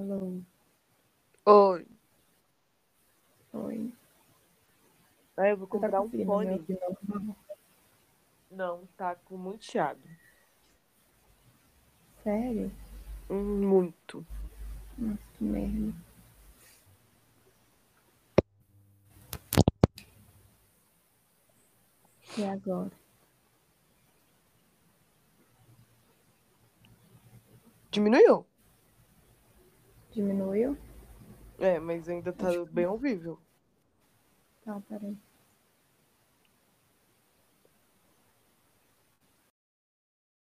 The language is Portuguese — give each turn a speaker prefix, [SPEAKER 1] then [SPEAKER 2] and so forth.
[SPEAKER 1] Alô,
[SPEAKER 2] Oi.
[SPEAKER 1] oi.
[SPEAKER 3] Ah, eu vou
[SPEAKER 1] Você tá
[SPEAKER 3] comprar um
[SPEAKER 1] conseguindo me
[SPEAKER 3] fone.
[SPEAKER 1] ouvir normal?
[SPEAKER 3] Não, tá com muito chiado.
[SPEAKER 1] Sério?
[SPEAKER 3] Hum, Muito.
[SPEAKER 1] Nossa, que merda. E agora?
[SPEAKER 3] Diminuiu.
[SPEAKER 1] Diminuiu?
[SPEAKER 3] É, mas ainda tá bem ouvível.
[SPEAKER 1] Tá, peraí.